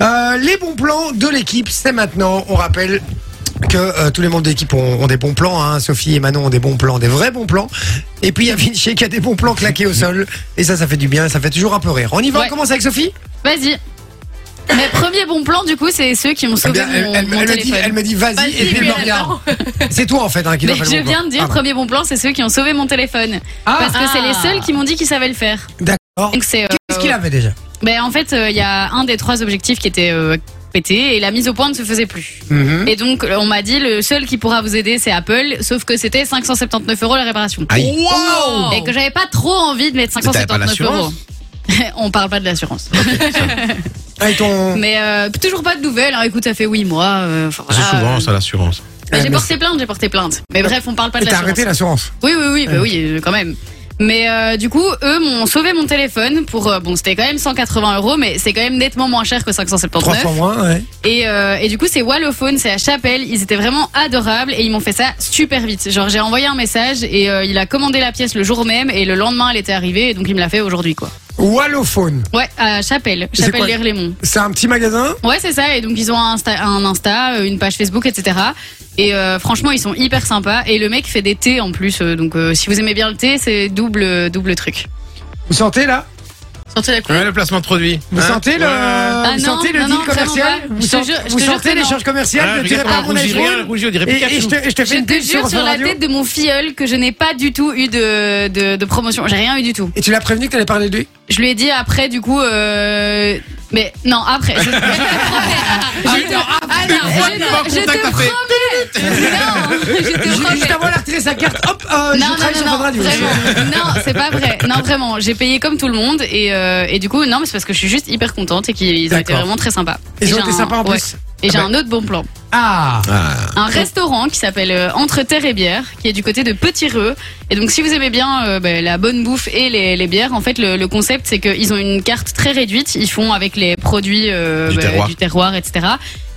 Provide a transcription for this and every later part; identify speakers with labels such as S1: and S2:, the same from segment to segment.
S1: Euh, les bons plans de l'équipe, c'est maintenant. On rappelle que euh, tous les membres de l'équipe ont, ont des bons plans. hein. Sophie et Manon ont des bons plans, des vrais bons plans. Et puis il y a Vinci qui a des bons plans claqués au sol. Et ça, ça fait du bien, ça fait toujours un peu rire. On y va,
S2: Ouais.
S1: on commence avec Sophie
S2: Vas-y. Mes premiers bons plans, du coup, c'est ceux qui m'ont
S1: Eh
S2: sauvé
S1: bien, Elle,
S2: mon,
S1: elle-
S2: mon
S1: elle me dit,
S2: téléphone.
S1: elle me dit vas-y,
S2: Vas-y,
S1: et puis elle
S2: mais
S1: me regarde. C'est toi en fait hein, qui
S2: Mais
S1: dois faire
S2: je
S1: le bon
S2: viens de
S1: plan.
S2: dire,
S1: Pardon.
S2: premier bon plan, c'est ceux qui ont sauvé mon téléphone. Parce que c'est les seuls qui m'ont dit qu'ils savaient le faire.
S1: D'accord.
S2: Donc c'est. euh,
S1: Qu'est-ce qu'il avait déjà
S2: ben, en fait, euh, il y a un des trois objectifs qui était euh, pété et la mise au point ne se faisait plus.
S1: Mhm.
S2: Et donc, on m'a dit, le seul qui pourra vous aider, c'est Apple, sauf que c'était 579 euros la réparation.
S3: Aïe.
S1: Wow
S2: Et que j'avais pas trop envie de mettre
S3: Mais t'avais pas
S2: 579 euros.
S3: l'assurance
S2: on parle pas de l'assurance.
S1: Avec ton...
S2: Mais euh, toujours pas de nouvelles. hein. Écoute, ça fait 8 mois. euh, enfin,
S3: Ah, C'est
S2: voilà.
S3: souvent ça l'assurance.
S2: Mais J'ai
S1: Mais-
S2: porté plainte, j'ai porté plainte. Mais bref, on parle pas de
S1: Ah, Et T'as
S2: l'assurance.
S1: arrêté Ah. l'assurance
S2: Oui, oui, oui, bah oui, euh, quand même. Mais euh, du coup, eux m'ont sauvé mon téléphone pour. euh, bon, c'était quand même 180 euros, mais c'est quand même nettement moins cher que
S1: Trois
S2: 579.
S1: fois moins, ouais.
S2: Et, euh, et du coup, c'est Wallophone, c'est à Chapelle. Ils étaient vraiment adorables et ils m'ont fait ça super vite. Genre, j'ai envoyé un message et euh, il a commandé la pièce le jour même et le lendemain, elle était arrivée et donc il me l'a fait aujourd'hui, quoi.
S1: Wallophone,
S2: Ouais, à Chapelle,
S1: C'est quoi
S2: Chapelle-Lire-Lémon.
S1: c'est un petit magasin
S2: Ouais, c'est ça. Et donc, ils ont un Insta, un Insta, euh, une page Facebook, etc. Et euh, franchement, ils sont hyper sympas. Et le mec fait des thés en plus. euh, Donc, euh, si vous aimez bien le thé, c'est double, euh, double truc.
S1: Vous sentez là
S2: Sortez la coupe.
S3: Ouais, le placement de produit.
S1: Vous
S3: Hein
S1: sentez le,
S3: Ouais.
S1: vous
S2: Ah non,
S1: sentez le
S2: non,
S1: deal
S2: non,
S1: commercial
S2: vraiment pas.
S1: Vous,
S2: Je te
S1: sent-
S2: jure- je
S1: vous
S2: te jure
S1: sentez
S2: que non.
S1: l'échange commercial
S3: Ah,
S1: Ne tirez
S3: regarde
S1: pas
S3: comment
S1: mon
S3: rougit rien,
S1: iPhone
S3: rougit, on dirait
S1: et, et je,
S3: Pikachu.
S1: te, et je te fais
S2: Je
S1: une
S2: te
S1: pub
S2: jure sur la
S1: Radio.
S2: tête de mon filleul que je n'ai pas du tout eu de, de, de promotion. J'ai rien eu du tout.
S1: Et tu l'as prévenu que t'allais parler de lui
S2: Je lui ai dit après, du coup. Euh... Mais non, après. Je, je te promets. Je te- Ah non,
S3: fois que
S2: je te- je
S3: tu vas en
S2: te
S3: contact, t'as fait-
S2: promets. Non, je te
S1: Ju-
S2: promets.
S1: Juste avant, elle a retiré sa carte, hop, euh, je
S2: Non, non,
S1: travaille sur
S2: non,
S1: Fun
S2: non,
S1: Radio.
S2: vraiment. Non, c'est pas vrai. Non, vraiment, j'ai payé comme tout le monde et, euh, et du coup, non, mais c'est parce que je suis juste hyper contente et qu'ils ont été
S1: D'accord.
S2: vraiment très sympas.
S1: Ils ont
S2: j'ai
S1: été
S2: un-
S1: sympas en
S2: ouais.
S1: plus
S2: Et j'ai
S1: Ah
S2: un autre bon plan.
S1: Ah
S3: Ah.
S2: Un restaurant qui s'appelle euh, Entre Terre et Bière, qui est du côté de Petit Reux. Et donc, si vous aimez bien euh, bah, la bonne bouffe et les, les bières, en fait, le, le concept, c'est qu'ils ont une carte très réduite. Ils font avec les produits euh,
S3: Du terroir.
S2: du terroir, etc.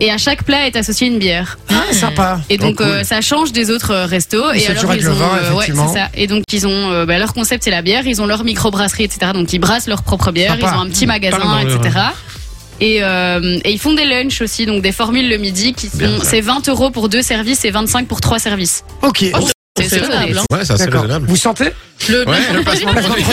S2: Et à chaque plat est associée une bière.
S1: Ah, sympa
S2: Et donc
S3: Oh, cool.
S2: euh, ça change des autres euh, restos.
S1: Ils
S2: et
S1: sont toujours
S2: alors
S1: avec
S2: ils
S1: le
S2: ont,
S1: vin,
S2: euh, ouais,
S1: effectivement.
S2: c'est ça. Et donc ils ont euh, bah, leur concept c'est la bière. Ils ont leur microbrasserie, etc. Donc ils brassent leur propre bière.
S1: Sympa.
S2: Ils ont un petit magasin,
S3: mal, ouais,
S2: etc. Et, euh, et ils font des lunchs aussi, donc des formules le midi qui
S3: Bien
S2: sont
S3: ça.
S2: c'est 20 euros pour deux services et 25 pour trois services.
S1: Ok, oh,
S2: C'est
S4: c'est
S2: raisonnable,
S4: raisonnable,
S2: hein.
S3: Ouais, Ah, c'est assez
S1: d'accord.
S3: raisonnable.
S1: Vous sentez
S4: Le,
S3: Ouais, le placement de produit.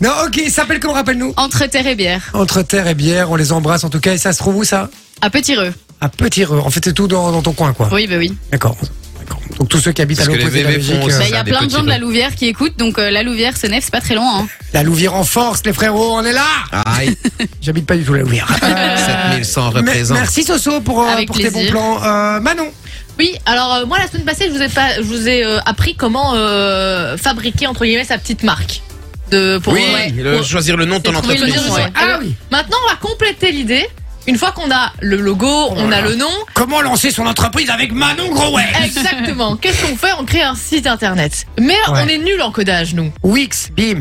S1: Non, ok, il s'appelle comment, rappelle-nous
S2: Entre terre et bière,
S1: Entre terre et bière, on les embrasse en tout cas. Et ça se trouve où ça
S2: à Petit Reux.
S1: À Petit Reux. En fait, c'est tout dans, dans ton coin, quoi.
S2: Oui, bah oui.
S1: D'accord. D'accord. Donc tous ceux qui habitent
S3: Parce
S1: à
S3: que
S1: l'opposé
S3: les
S1: de la
S3: VV font
S1: Belgique,
S3: ça.
S2: Bah,
S1: euh,
S2: Il y a
S3: des
S2: plein de
S3: petits
S2: gens de
S3: reux.
S2: la Louvière qui écoutent, donc euh, la Louvière, Senef, c'est pas très loin. Hein.
S1: la Louvière en force, les frérots, on est là
S3: Aïe,
S1: J'habite pas du tout la Louvière. Euh,
S3: 7100
S1: me-
S3: représente.
S1: merci Soso pour, euh,
S2: Avec
S1: pour tes bons
S2: plaisir.
S1: plans. Euh, Manon,
S4: Oui, alors euh, moi la semaine passée, je vous ai pas, je vous ai euh, appris comment euh, fabriquer entre guillemets sa petite marque de pour
S3: Oui,
S4: ouais,
S3: le-
S4: pour-
S3: choisir le nom de ton
S2: C'est trouver le
S3: entreprise.
S2: nom,
S4: ouais.
S1: ah oui.
S4: Maintenant, on va compléter l'idée. Une fois qu'on a le logo,
S3: Oh
S4: on a le nom.
S1: comment lancer son entreprise avec Manon Groswell
S4: Exactement. Qu'est-ce qu'on fait On crée un site internet. Mais on est nul en codage, nous.
S1: Wix, bim.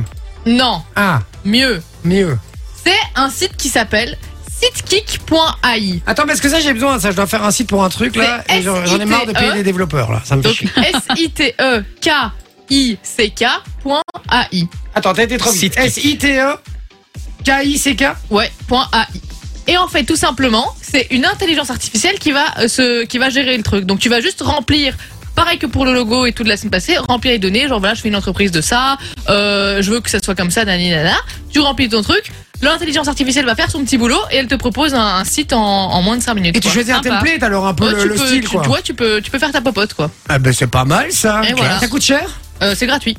S4: Non,
S1: Ah,
S4: mieux.
S1: mieux.
S4: C'est un site qui s'appelle sitekick.ai.
S1: Attends, parce que ça, j'ai besoin de ça. Je dois faire un site pour un truc, là.
S4: C'est
S1: et J'en j'en ai marre de payer
S4: SITE.
S1: les développeurs, là. Ça me fait
S4: E. Donc
S1: chier.
S4: E S-I-T-E-K-I-C-K.ai.
S1: Attends, t'as été trop vite.
S3: Site.
S1: S-I-T-E. K-I-C-K.
S4: Ouais, point AI. Et en fait, tout simplement, c'est une intelligence artificielle qui va, euh, se, qui va gérer le truc. Donc tu vas juste remplir, pareil que pour le logo et tout de la semaine passée, remplir les données, genre voilà, je fais une entreprise de ça, euh, je veux que ça soit comme ça, nani, nana. Tu remplis ton truc, l'intelligence artificielle va faire son petit boulot et elle te propose un, un site en, en moins de 5 minutes.
S1: Et tu
S4: quoi.
S1: choisis un
S2: Sympa.
S1: template, alors, un peu
S4: Ouais,
S1: le,
S4: Oh, tu
S1: le
S4: peux,
S1: style,
S4: tu,
S1: quoi.
S4: tu vois, tu peux, tu peux faire ta popote, quoi.
S1: Ah, ben, c'est pas mal, ça.
S4: Et voilà.
S1: Ça coûte cher
S4: Euh, c'est gratuit.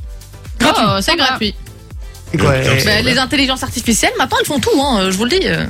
S2: Gratuit.
S4: Oh, c'est
S1: Ah bah.
S2: Sympa.
S4: gratuit.
S3: Ouais.
S4: Bah, les intelligences artificielles, maintenant, elles font tout, hein, euh, je vous le dis. euh,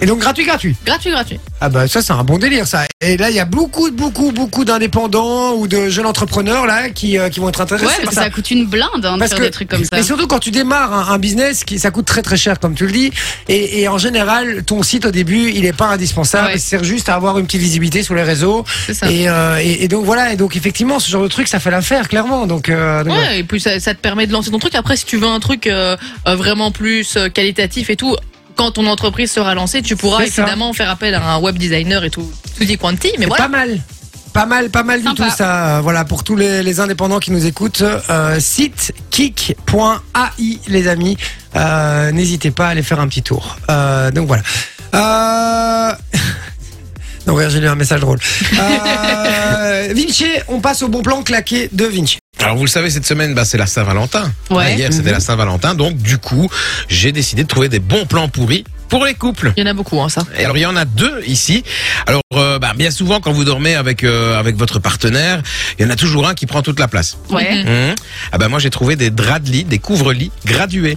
S1: Et donc, gratuit, gratuit.
S4: gratuit, gratuit.
S1: Ah bah ça c'est un bon délire ça. Et là il y a beaucoup beaucoup beaucoup d'indépendants ou de jeunes entrepreneurs là qui, euh, qui vont être
S2: Ouais,
S1: intéressés
S2: parce
S1: par
S2: que
S1: ça.
S2: ça coûte une blinde hein, de faire des trucs comme ça.
S1: Et surtout quand tu démarres un, un business, qui, ça coûte très très cher comme tu le dis. Et, et en général, ton site au début, il est pas indispensable.
S2: Ouais.
S1: Il sert juste à avoir une petite visibilité sur les réseaux.
S4: C'est ça.
S1: Et, euh, et, et donc voilà. Et donc effectivement, ce genre de truc, ça fait l'affaire clairement. Donc, euh, donc,
S4: Ouais, et puis ça, ça te permet de lancer ton truc. Après, si tu veux un truc euh, euh, vraiment plus euh, qualitatif et tout, quand ton entreprise sera lancée, tu pourras
S1: C'est ça.
S4: évidemment faire appel à un web designer et tout, tout dit quanti. Mais
S1: C'est
S4: voilà,
S1: Pas mal. Pas mal, pas mal du
S2: Sympa.
S1: tout ça. Euh, Voilà, pour tous les, les indépendants qui nous écoutent, euh, site kick.ai les amis. Euh, N'hésitez pas à aller faire un petit tour. Euh, donc voilà. Euh... Non, regarde, j'ai lu un message drôle. Euh, Vinci, on passe au bon plan claqué de Vinci.
S3: Alors vous le savez, cette semaine, bah, c'est la Saint-Valentin. Hein,
S2: Ouais.
S3: Hier,
S1: Mhm.
S3: c'était la Saint-Valentin. Donc du coup, j'ai décidé de trouver des bons plans pourris pour les couples.
S4: Il y en a beaucoup, hein, ça.
S3: Et alors il y en a deux ici. Alors euh, bah, bien souvent quand vous dormez avec euh, avec votre partenaire, il y en a toujours un qui prend toute la place.
S2: Ouais.
S3: Mhm. Ah ben moi j'ai trouvé des draps de lit, des couvre-lits gradués.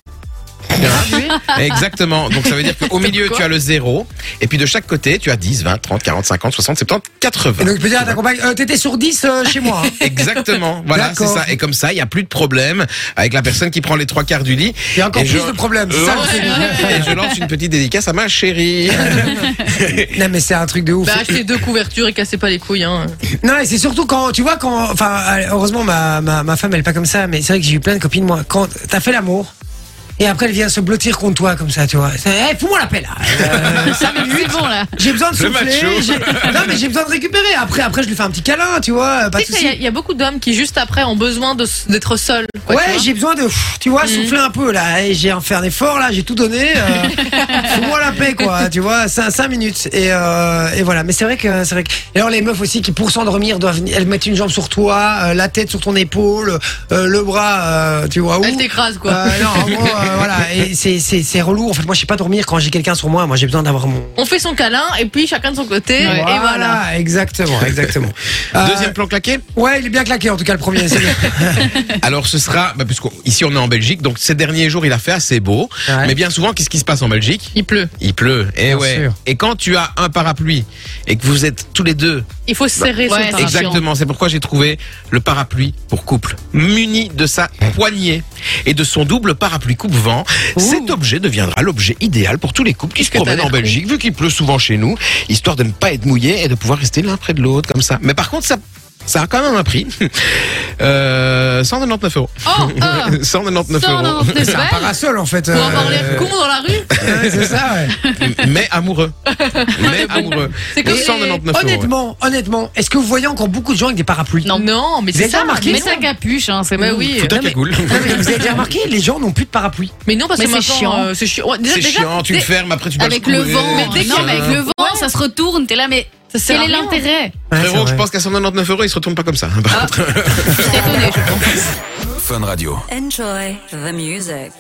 S3: Exactement. Donc ça veut dire qu'au milieu
S4: quoi
S3: tu as le zéro et puis de chaque côté tu as 10, 20, 30, 40, 50, 60, 70, 80.
S1: Et donc, je peux dire à ta compagne, euh, t'étais sur 10 euh, chez moi. hein.
S3: Exactement. Voilà, c'est
S1: D'accord.
S3: ça. Et comme ça, il n'y a plus de problème avec la personne qui prend les trois quarts du lit.
S1: Il y a encore
S3: Et
S1: plus
S3: je-
S1: de problèmes. c'est
S3: Euh,
S1: ça,
S3: ouais,
S1: le truc.
S3: ouais. Et je lance une petite dédicace à ma chérie.
S1: Non, mais c'est un truc de ouf.
S4: Bah, achetez deux couvertures et cassez pas les couilles, hein.
S1: Non, et c'est surtout quand, tu vois, quand, enfin, euh, heureusement, ma, ma, ma femme, elle est pas comme ça, mais c'est vrai que j'ai eu plein de copines, moi, quand t'as fait l'amour, et après, elle vient se blottir contre toi, comme ça, tu vois. C'est, Eh, fous-moi la paix, là. Euh, cinq minutes,
S2: C'est Ah, bon là.
S1: j'ai besoin de
S3: Le
S1: souffler.
S3: macho.
S1: j'ai- Non, mais j'ai besoin de récupérer. Après, après, je lui fais un petit câlin, tu vois, euh, pas de
S4: Tu sais qu'il y a-
S1: souci.
S4: il y, a beaucoup d'hommes qui, juste après, ont besoin de s- d'être seuls. quoi,
S1: Ouais,
S4: tu vois. Mm.
S1: j'ai besoin de, pff, tu vois, souffler un peu, là. Et J'ai fait un effort, là, j'ai tout donné. euh, Fous-moi la paix, quoi, tu vois, 5, minutes. Et, euh, et voilà. Mais c'est vrai que, c'est vrai que. Et alors, les meufs aussi qui, pour s'endormir, doivent, elles mettent une jambe sur toi, euh, la tête sur ton épaule, euh, le bras, euh, tu vois, où.
S4: Elle t'écrase, quoi.
S1: Euh, non, en gros, euh, voilà. Et c'est, c'est, c'est relou. En fait, moi, je sais pas dormir quand j'ai quelqu'un sur moi. Moi, j'ai besoin d'avoir mon.
S4: On fait son câlin et puis chacun de son côté. Et voilà.
S1: exactement, exactement. Euh,
S3: Deuxième plan claqué.
S1: Ouais, il est bien claqué en tout cas le premier. c'est bien.
S3: Alors ce sera, bah, puisque ici on est en Belgique, donc ces derniers jours il a fait assez beau.
S1: Ouais.
S3: Mais bien souvent, qu'est-ce qui se passe en Belgique
S4: Il pleut.
S3: Il pleut. Et
S1: Bien
S3: ouais.
S1: sûr.
S3: Et quand tu as un parapluie et que vous êtes tous les deux
S4: Il faut serrer
S2: ouais,
S4: son
S2: c'est
S4: parapluie.
S2: exact.
S3: Exactement, c'est pourquoi j'ai trouvé le parapluie pour couple. Muni de sa poignée et de son double parapluie coupe-vent, cet objet deviendra l'objet idéal pour tous les couples qui se
S4: Qu'est-ce que
S3: promènent
S4: t'as
S3: en
S4: l'air
S3: Belgique, vu qu'il pleut souvent chez nous, histoire de ne pas être mouillé et de pouvoir rester l'un près de l'autre comme ça. Mais par contre, ça... Ça a quand même un prix. Euh, 199 euros.
S4: Oh, ah,
S3: 199 euros.
S4: 199
S1: C'est un
S4: balles
S1: parasol en fait.
S4: pour
S1: euh,
S4: avoir l'air con dans la rue.
S1: ouais, c'est ça. ouais.
S3: Mais amoureux. Mais amoureux.
S4: C'est comme
S3: Et
S4: les-
S3: 199 euros.
S1: Honnêtement, honnêtement, est-ce que vous voyez encore beaucoup de gens avec des parapluies
S4: Non, mais
S1: avez
S4: c'est ça,
S1: pas remarqué,
S4: Mais,
S2: Mets ta capuche, hein, c'est
S4: Bah
S2: bon.
S4: oui.
S3: Faut ta
S4: Non, mais-
S3: cagoule.
S1: Non, mais Vous avez déjà remarqué, les gens n'ont plus de parapluie.
S4: mais non, parce
S2: Mais
S4: que
S2: c'est
S4: maintenant,
S2: chiant.
S4: euh, c'est chiant. Ouais, déjà-
S3: C'est
S4: déjà,
S3: chiant, tu le
S4: dès-
S3: fermes, après tu peux
S2: Avec le
S3: secouer.
S2: vent.
S4: Mais dès
S2: non,
S4: qu'il y
S2: mais
S4: a-
S2: avec le vent, ça se retourne. T'es là, mais
S4: Ça sert
S2: quel
S4: à
S2: est
S4: rien.
S2: l'intérêt
S1: Ouais, c'est
S3: Frérot, je
S1: vrai.
S3: pense qu'à 199 euros, il se retourne pas comme ça. hein, par
S2: Ah.
S3: contre.
S2: T'es étonné, je pense.
S5: Fun Radio.
S6: Enjoy the music.